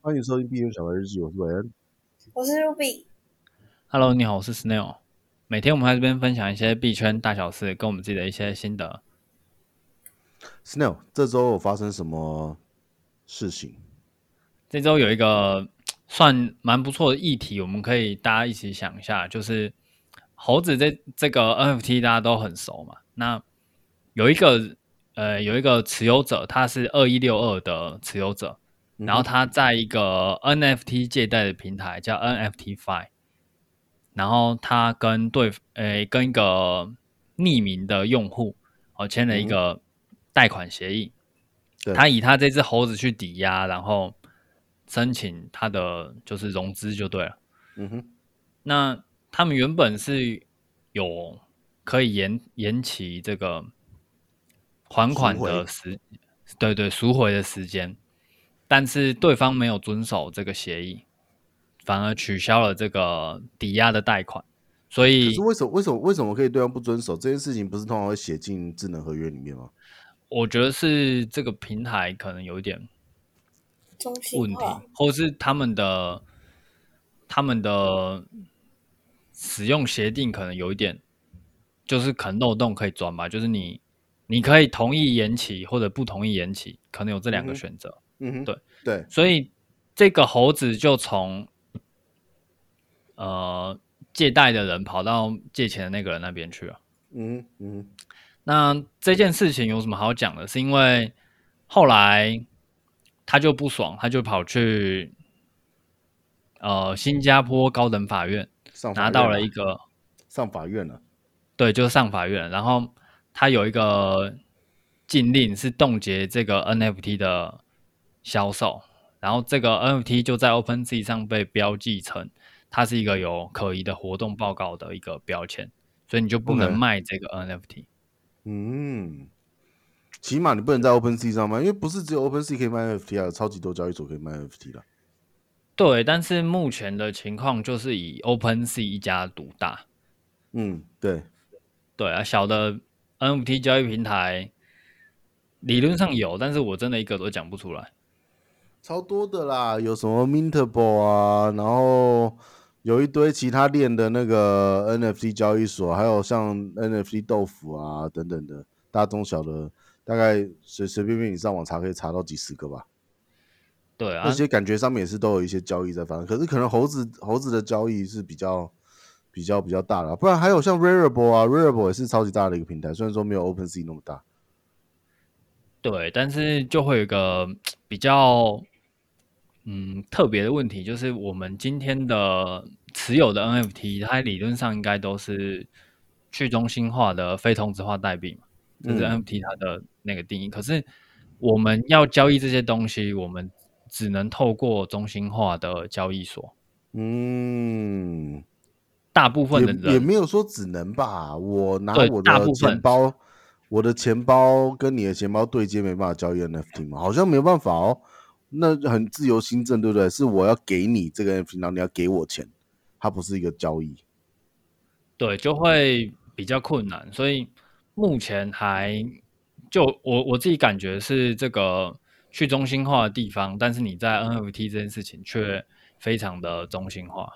欢迎收听《壁球小白日记》，我是韦恩。我是 Ruby， Hello，你好，我是 Snail。每天我们在这边分享一些币圈大小事，跟我们自己的一些心得。 Snail，这周有发生什么事情？这周有一个算蛮不错的议题，我们可以大家一起想一下，就是猴子这这个 NFT 大家都很熟嘛。那有一个呃有一个持有者，他是二一六二的持有者，嗯然后他在一个 NFT 借贷的平台叫 NFT Fi，然后他跟对诶跟一个匿名的用户哦签了一嗯个贷款协议，对他以他这只猴子去抵押，然后申请他的就是融资就对了。嗯哼，那他们原本是有可以延延期这个还款的时，对对，赎回的时间，但是对方没有遵守这个协议，反而取消了这个抵押的贷款，所可以是为什么为什么为什么可以对方不遵守这件事情？不是通常会写进智能合约里面吗？我觉得是这个平台可能有一点中心问题化，或是他们的他们的使用协定可能有一点，就是可能漏洞可以钻吧，就是你你可以同意延期或者不同意延期，可能有这嗯两个哼选择，嗯哼，对对，所以这个猴子就从呃借贷的人跑到借钱的那个人那边去了。啊嗯哼嗯那这件事情有什么好讲的？是因为后来他就不爽，他就跑去呃新加坡高等法院哼，上法拿到院了一个上法院了。对，就是上法院，然后他有一个禁令是冻结这个 NFT 的销售，然后这个 NFT 就在 OpenSea 上被标记成它是一个有可疑的活动报告的一个标签，所以你就不 OK 能卖这个 NFT。嗯，起码你不能在 OpenSea 上卖，因为不是只有 OpenSea 可以卖 NFT 啊，超级多交易所可以卖 NFT 了。对，但是目前的情况就是以 OpenSea 一家独大。嗯，对，对啊，小的 NFT 交易平台理论上有，但是我真的一个都讲不出来。超多的啦，有什么 Mintable 啊，然后有一堆其他链的那个 NFT 交易所，还有像 NFT 豆腐啊等等的，大中小的，大概随随便便你上网查可以查到几十个吧。对啊那，些感觉上面也是都有一些交易在发生，可是可能猴子猴子的交易是比较比较比较大的啊，不然还有像 Rarible 啊，Rarible 也是超级大的一个平台，虽然说没有 OpenSea 那么大。对，但是就会有一个比较嗯特别的问题，就是我们今天的持有的 NFT，它理论上应该都是去中心化的非同质化代币嘛，这是嗯 NFT 它的那个定义。可是我们要交易这些东西，我们只能透过中心化的交易所，嗯，大部分的也也人没有说只能吧，我拿对我大的部分钱包，我的钱包跟你的钱包对接没办法交易 NFT 吗？好像没有办法哦。那很自由新政，对不对？是我要给你这个 NFT，然后你要给我钱，它不是一个交易。对就会比较困难，所以目前还就我我自己感觉是这个去中心化的地方，但是你在 NFT 这件事情却非常的中心化。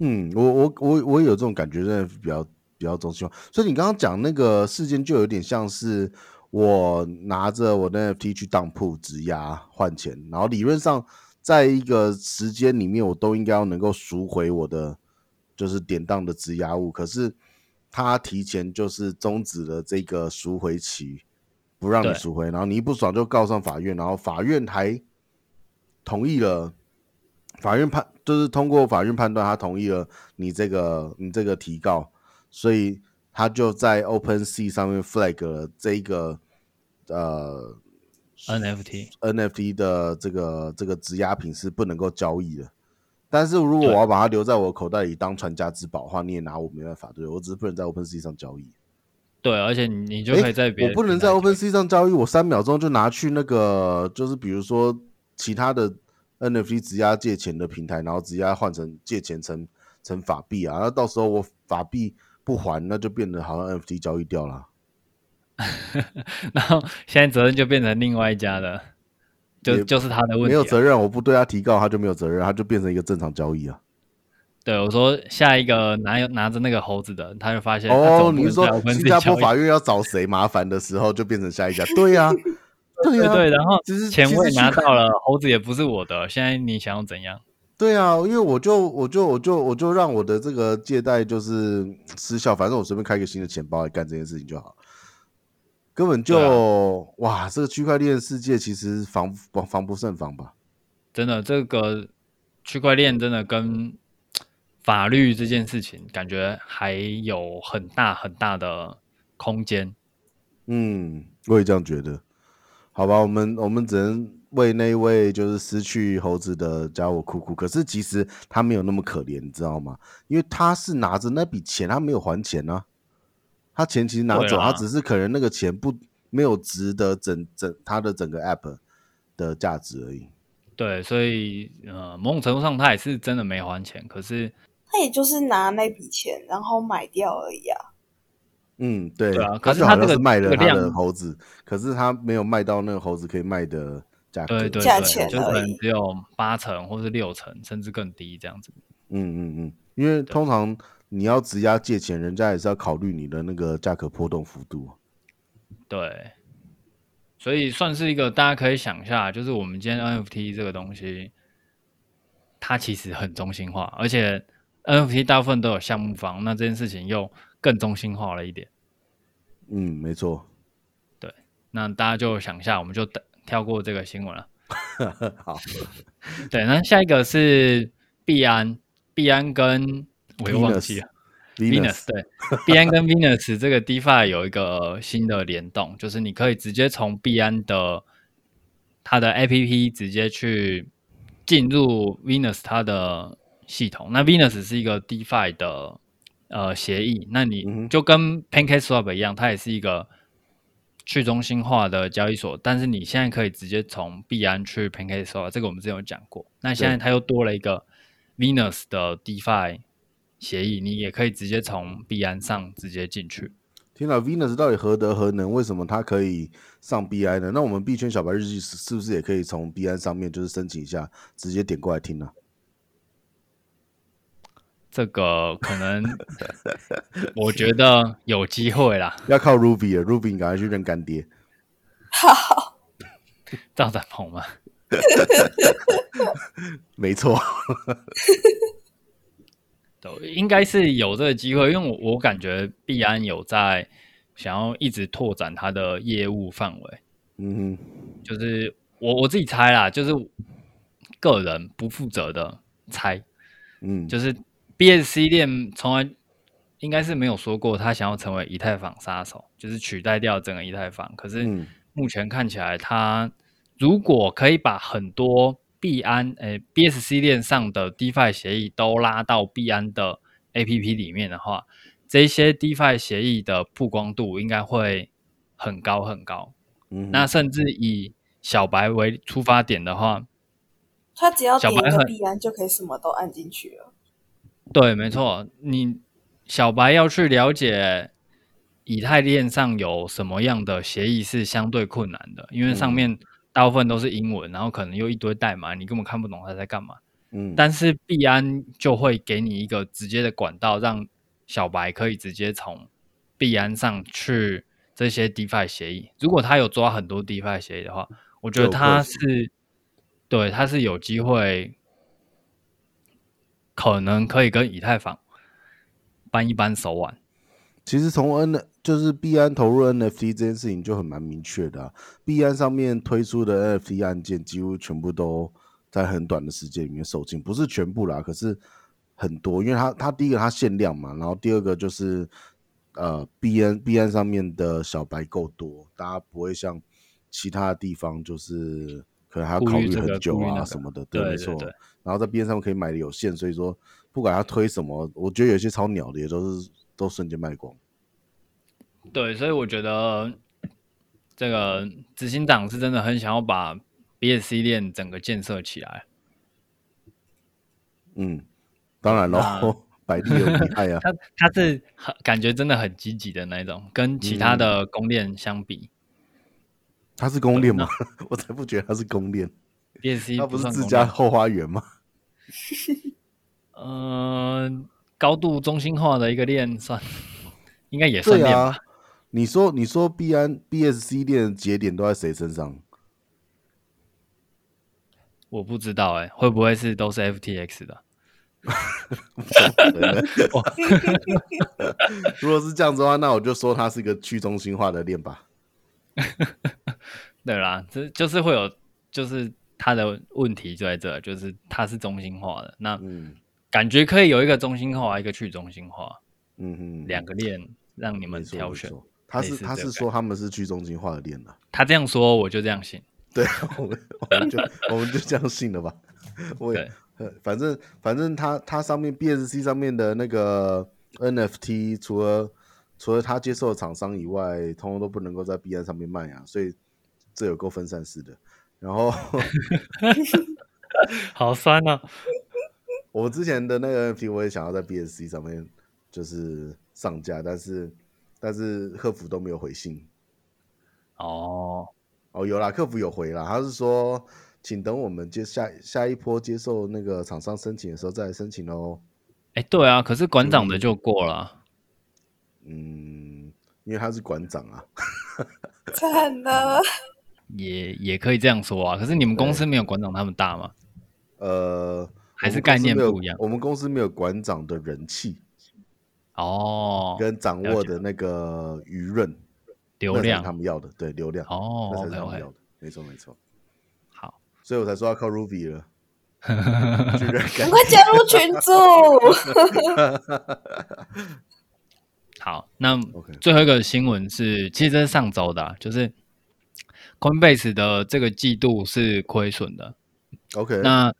嗯，我我我我也有这种感觉，真的比较比较中心化。所以你刚刚讲那个事件，就有点像是我拿着我的 NFT 去当铺质押换钱，然后理论上在一个时间里面，我都应该要能够赎回我的就是典当的质押物，可是他提前就是终止了这个赎回期，不让你对赎回，然后你一不爽就告上法院，然后法院还同意了。法院判就是通过法院判断，他同意了你这个你这个提告，所以他就在 Open Sea 上面 flag 了这一个呃 NFT NFT 的这个这个质押品是不能够交易的。但是如果对我要把它留在我口袋里当传家之宝的话，你也拿我没办法，对不对我只是不能在 OpenSea 上交易。对，而且你你就诶可以在别我的不能平在台交易 OpenSea 上交易，我三秒钟就拿去那个，就是比如说其他的 NFT 质押借钱的平台，然后质押换成借钱成成法币啊，那到时候我法币不还，那就变得好像 NFT 交易掉了啊。然后现在责任就变成另外一家的。就也就是他的问题啊、没有责任，我不对他提告，他就没有责任，他就变成一个正常交易啊。对，我说下一个拿拿着那个猴子的，他就发现他怎哦么，不你是能在说我新们自己加坡交易法院要找谁麻烦的时候，就变成下一家？对 呀、对呀、对对，然后只是前其实卫去拿看到了，猴子也不是我的，现在你想要怎样？对啊，因为我就我就我就我就让我的这个借贷就是嗯失效，反正我随便开个新的钱包来干这件事情就好，根本就、对哇，这个区块链世界其实防防防不胜防吧？真的，这个区块链真的跟法律这件事情，感觉还有很大很大的空间。嗯，我也这样觉得。好吧，我们我们只能为那位就是失去猴子的家伙哭哭。可是其实他没有那么可怜，你知道吗？因为他是拿着那笔钱，他没有还钱啊。他钱其实拿对啊走，他啦只是可能那个钱不没有值得整整他的整个 app 的价值而已。对，所以呃，某种程度上他也是真的没还钱，可是他也就是拿那笔钱然后买掉而已啊。嗯，对。对啊他可是就他好这像个是卖这了个他的量猴子，可是他没有卖到那个猴子可以卖的价格。对对价对，钱就而可能已只有八成或是六成，甚至更低这样子。嗯嗯嗯，因为通常你要质押借钱，人家也是要考虑你的那个价格波动幅度。对，所以算是一个大家可以想一下，就是我们今天 NFT 这个东西，它其实很中心化，而且 NFT 大部分都有项目方，那这件事情又更中心化了一点。嗯，没错。那大家就想一下，我们就等跳过这个新闻了。好，对，那下一个是币安，币安跟我又忘记了。Venus 对 币安跟 Venus 这个 DeFi 有一个新的联动，就是你可以直接从币安的它的 APP 直接去进入 Venus 它的系统。那 Venus 是一个 DeFi 的呃协议，那嗯你哼就跟 PancakeSwap 一样，它也是一个去中心化的交易所，但是你现在可以直接从币安去 PancakeSwap，这个我们之前有讲过。那现在对它又多了一个 Venus 的 DeFi 协议，你也可以直接从币安上直接进去。天哪，Venus 到底何德何能？为什么它可以上 BI 呢？那我们币圈小白日记是是不是也可以从 BI 上面就是申请一下，直接点过来听呢、这个可 能，我觉得有机会啦。要靠 Ruby 了，Ruby 你赶快去认干爹。赵展鹏嘛，没错，都应该是有这个机会，因为我我感觉币安有在想要一直拓展它的业务范围。嗯哼，就是我我自己猜啦，就是个人不负责的猜，嗯，就是 BSC 链从来应该是没有说过他想要成为以太坊杀手，就是取代掉整个以太坊。可是嗯目前看起来，他如果可以把很多币安诶、BSC 链上的 DeFi 协议都拉到币安的 APP 里面的话，这些 DeFi 协议的曝光度应该会很高很高。嗯哼那甚至以小白为出发点的话，他只要小点白一个很币安就可以什么都按进去了。对，没错，你小白要去了解以太链上有什么样的协议是相对困难的，因为上嗯面大部分都是英文，然后可能又一堆代码，你根本看不懂他在干嘛。嗯，但是币安就会给你一个直接的管道，让小白可以直接从币安上去这些 DeFi 协议。如果他有抓很多 DeFi 协议的话，我觉得就有他客是对他是有机会，可能可以跟以太坊扳一扳手腕。其实从 N 就是币安投入 NFT 这件事情就很蛮明确的、啊，币安上面推出的 NFT 案件几乎全部都在很短的时间里面售罄，不是全部啦，可是很多，因为它它第一个它限量嘛，然后第二个就是呃币安币安上面的小白够多，大家不会像其他的地方就是可能还要顾虑考虑这个很久顾虑那啊个什么的，对没对错。对然后在边上面可以买的有限，所以说不管他推什么，我觉得有些超鸟的也都是都瞬间卖光。对，所以我觉得这个执行长是真的很想要把 BSC 链整个建设起来。嗯，当然 那喽，百利有一 害啊。他他是嗯很感觉真的很积极的那一种，跟其他的公链相比，它是公链吗？ 我才不觉得它是公链， BSC 它不是算自公家链，后花园吗？呃，高度中心化的一个链算， 应该也算对链啊吧？，你说你说 B 安 BSC 链的节点都在谁身 上？我不知道哎、会不会是都是 FTX 的？如果是这样子的话，那我就说它是一个去中心化的链吧。对啦，这就是会有，就是它的问题就在这，就是它是中心化的，那嗯感觉可以有一个中心化，一个去中心化，嗯哼，两个链让你你们挑选。他类是似他这个是说他们是去中心化的链啊的，他这样说，我就这样信。对，啊我们我们就我们就这样信了吧。我也对呃反正反正它它上面 BSC 上面的那个 NFT，除了除了它接受的厂商以外，通通都不能够在 B 站上面卖啊，所以这有够分散式的。然后好酸啊！我之前的那个 NFT 我也想要在 BSC 上面就是上架，但是但是客服都没有回信，哦，哦，有啦，客服有回啦，他是说，请等我们接下下一波接受那个厂商申请的时候再来申请哦。哎，对啊，可是馆长的就过了啊，嗯，因为他是馆长啊，惨 了，也也可以这样说啊。可是你们公司没有馆长他们大吗？呃，还我们是公概司念没有不一样我们公司没有馆长的人气哦，跟掌了握解的那个舆论流那才是量他们要的，对流量，哦那才是他，OK 们 OK，要的，没错没错。好，所以我才说要靠 Ruby 了，去认赶干快加入群 组。好，那 OK 最后一个新闻是，其实这是上周的啊、就是 Coinbase 的这个季度是亏损的。 OK，那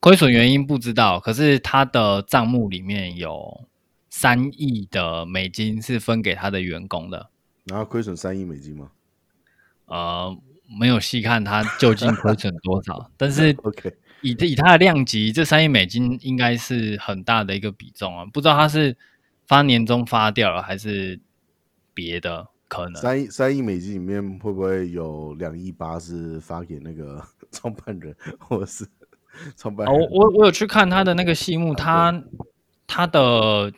亏损原因不知道，可是它的账目里面有三亿的美金是分给他的员工的。然后亏损三亿美金吗呃，没有细看它究竟亏损多少，但是？OK，以以它的量级，这三亿美金应该是很大的一个比重啊。不知道它是发年终发掉了，还是别的可能？三亿三亿美金里面会不会有两亿八是发给那个 创办人或者是 创办哦，人？我我我有去看他的那个细目，他他的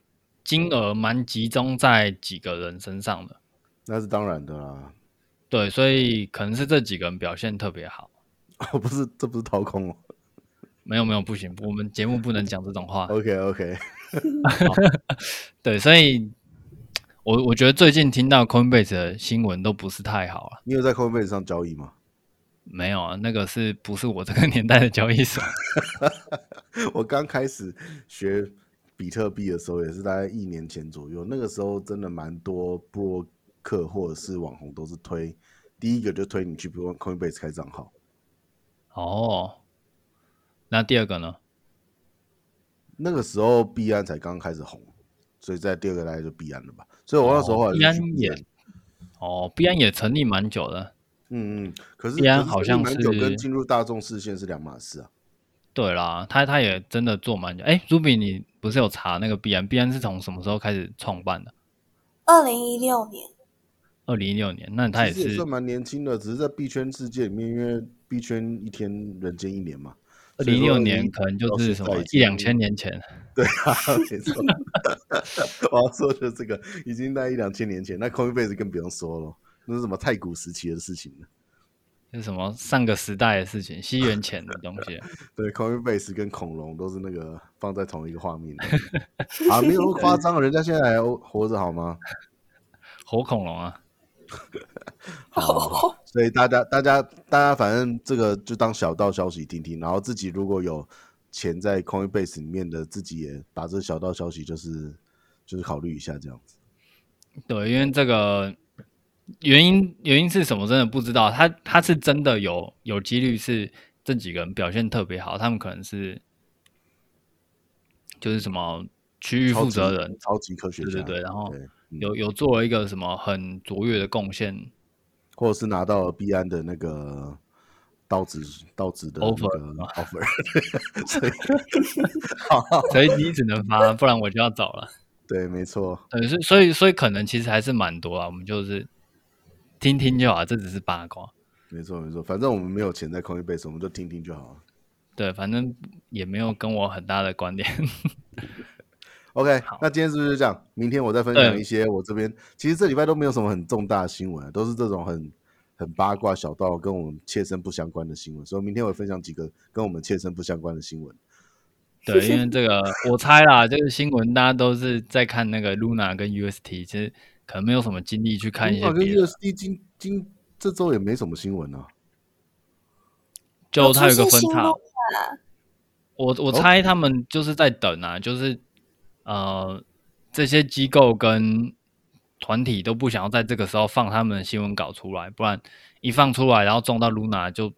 金额蛮集中在几个人身上的，那是当然的啦。对，所以可能是这几个人表现特别好。哦，不是，这不是掏空哦。没有没有，不行，我们节目不能讲这种话。 OK OK，对，所以我我觉得最近听到 Coinbase 的新闻都不是太好啊。 你有在 Coinbase 上交易吗？没有啊，那个是不是我这个年代的交易所？我刚开始学比特币的时候，也是大概一年前左右，那个时候真的蛮多布洛克或者是网红都是推，第一个就推你去 Coinbase 开账号。哦，那第二个呢？那个时候币安才刚开始红，所以在第二个大概就币安了吧。所以我那时候后来就币哦安去也哦，币安也成立蛮久的。嗯嗯，可是币安可是好像蛮久是跟进入大众视线是两码事啊。对啦，他他也真的做蛮久。哎，Ruby，你不是有查那个币安？币安是从什么时候开始创办的？二零一六年，二零一六年，那他也其实是算蛮年轻的，只是在币圈世界里面，因为币圈一天人间一年嘛。二所零以一说六你年，可能就到是现什在么已一两经千年前。对啊， 没错。我要说的这个已经在一两千年前，那 Coinbase 更不用说了，那是什么太古时期的事情了。是什么上个时代的事情，西元前的东 西。对，Coinbase 跟恐龙都是那个放在同一个画面 的啊，没有那么夸张，人家现在还活着好吗？活恐龙啊，哦好，所以大家大家大家反正这个就当小道消息听听，然后自己如果有钱在 Coinbase 里面的，自己也把这小道消息就是就是考虑一下这样子。对，因为这个原因原因是什么，真的不知道。他他是真的有有几率是这几个人表现特别好，他们可能是就是什么区域超负级责人，超级科学对家，对哦对，然后对嗯有有做了一个什么很卓越的 贡献，或者是拿到了币安的那个道指道指的那个 Offer offer，所以哦所以你只能发，不然我就要走了。对，没错，对，所以所以所以可能其实还是蛮多啊，我们就是听听就好，这只是八卦。没错没错，反正我们没有钱在 Coinbase，我们就听听就好了。对，反正也没有跟我很大的观点。 OK，好那今天是不是就这样？明天我再分享对一些我这边，其实这礼拜都没有什么很重大的新闻啊，都是这种很很八卦小道跟我们切身不相关的新闻，所以明天我分享几个跟我们切身不相关的新闻。对，因为这个我猜啦，这个新闻大家都是在看那个 Luna 跟 UST，其实可能没有什么精力去看一些我跟别的。 USD 今今这周也没什么新闻啊。就哦它有一个哦出分现新叉，路我我猜他们就是在等啊，就是呃这些机构跟团体都不想要在这个时候放他们的新闻稿出来，不然一放出来，然后中到 Luna 就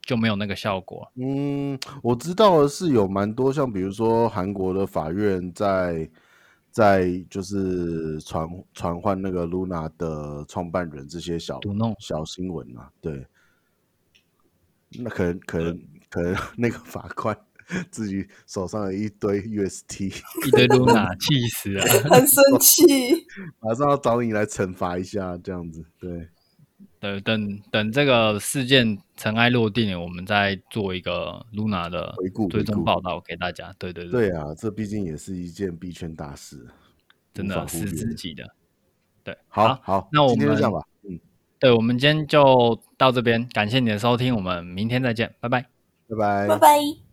就没有那个 效果。嗯，我知道的是有蛮多，像比如说韩国的法院在在就是传传唤那个 Luna 的创办人这些小赌弄小新闻啊，对，那可能可能可能那个法官 自己手上有一堆 UST，一堆 Luna 气死了。很生 气， 马上要找你来惩罚一下，这样子，对，对，等等这个事件尘埃落定，我们再做一个 Luna 的回顾最回顾终报道给大家。对对，对啊，这毕竟也是一件币圈大事，真无法的忽是略自己的。对，好好，那我今天就这们样吧，嗯，对，我们今天就到这边，感谢你的收听，我们明天再见，拜拜。拜拜拜拜。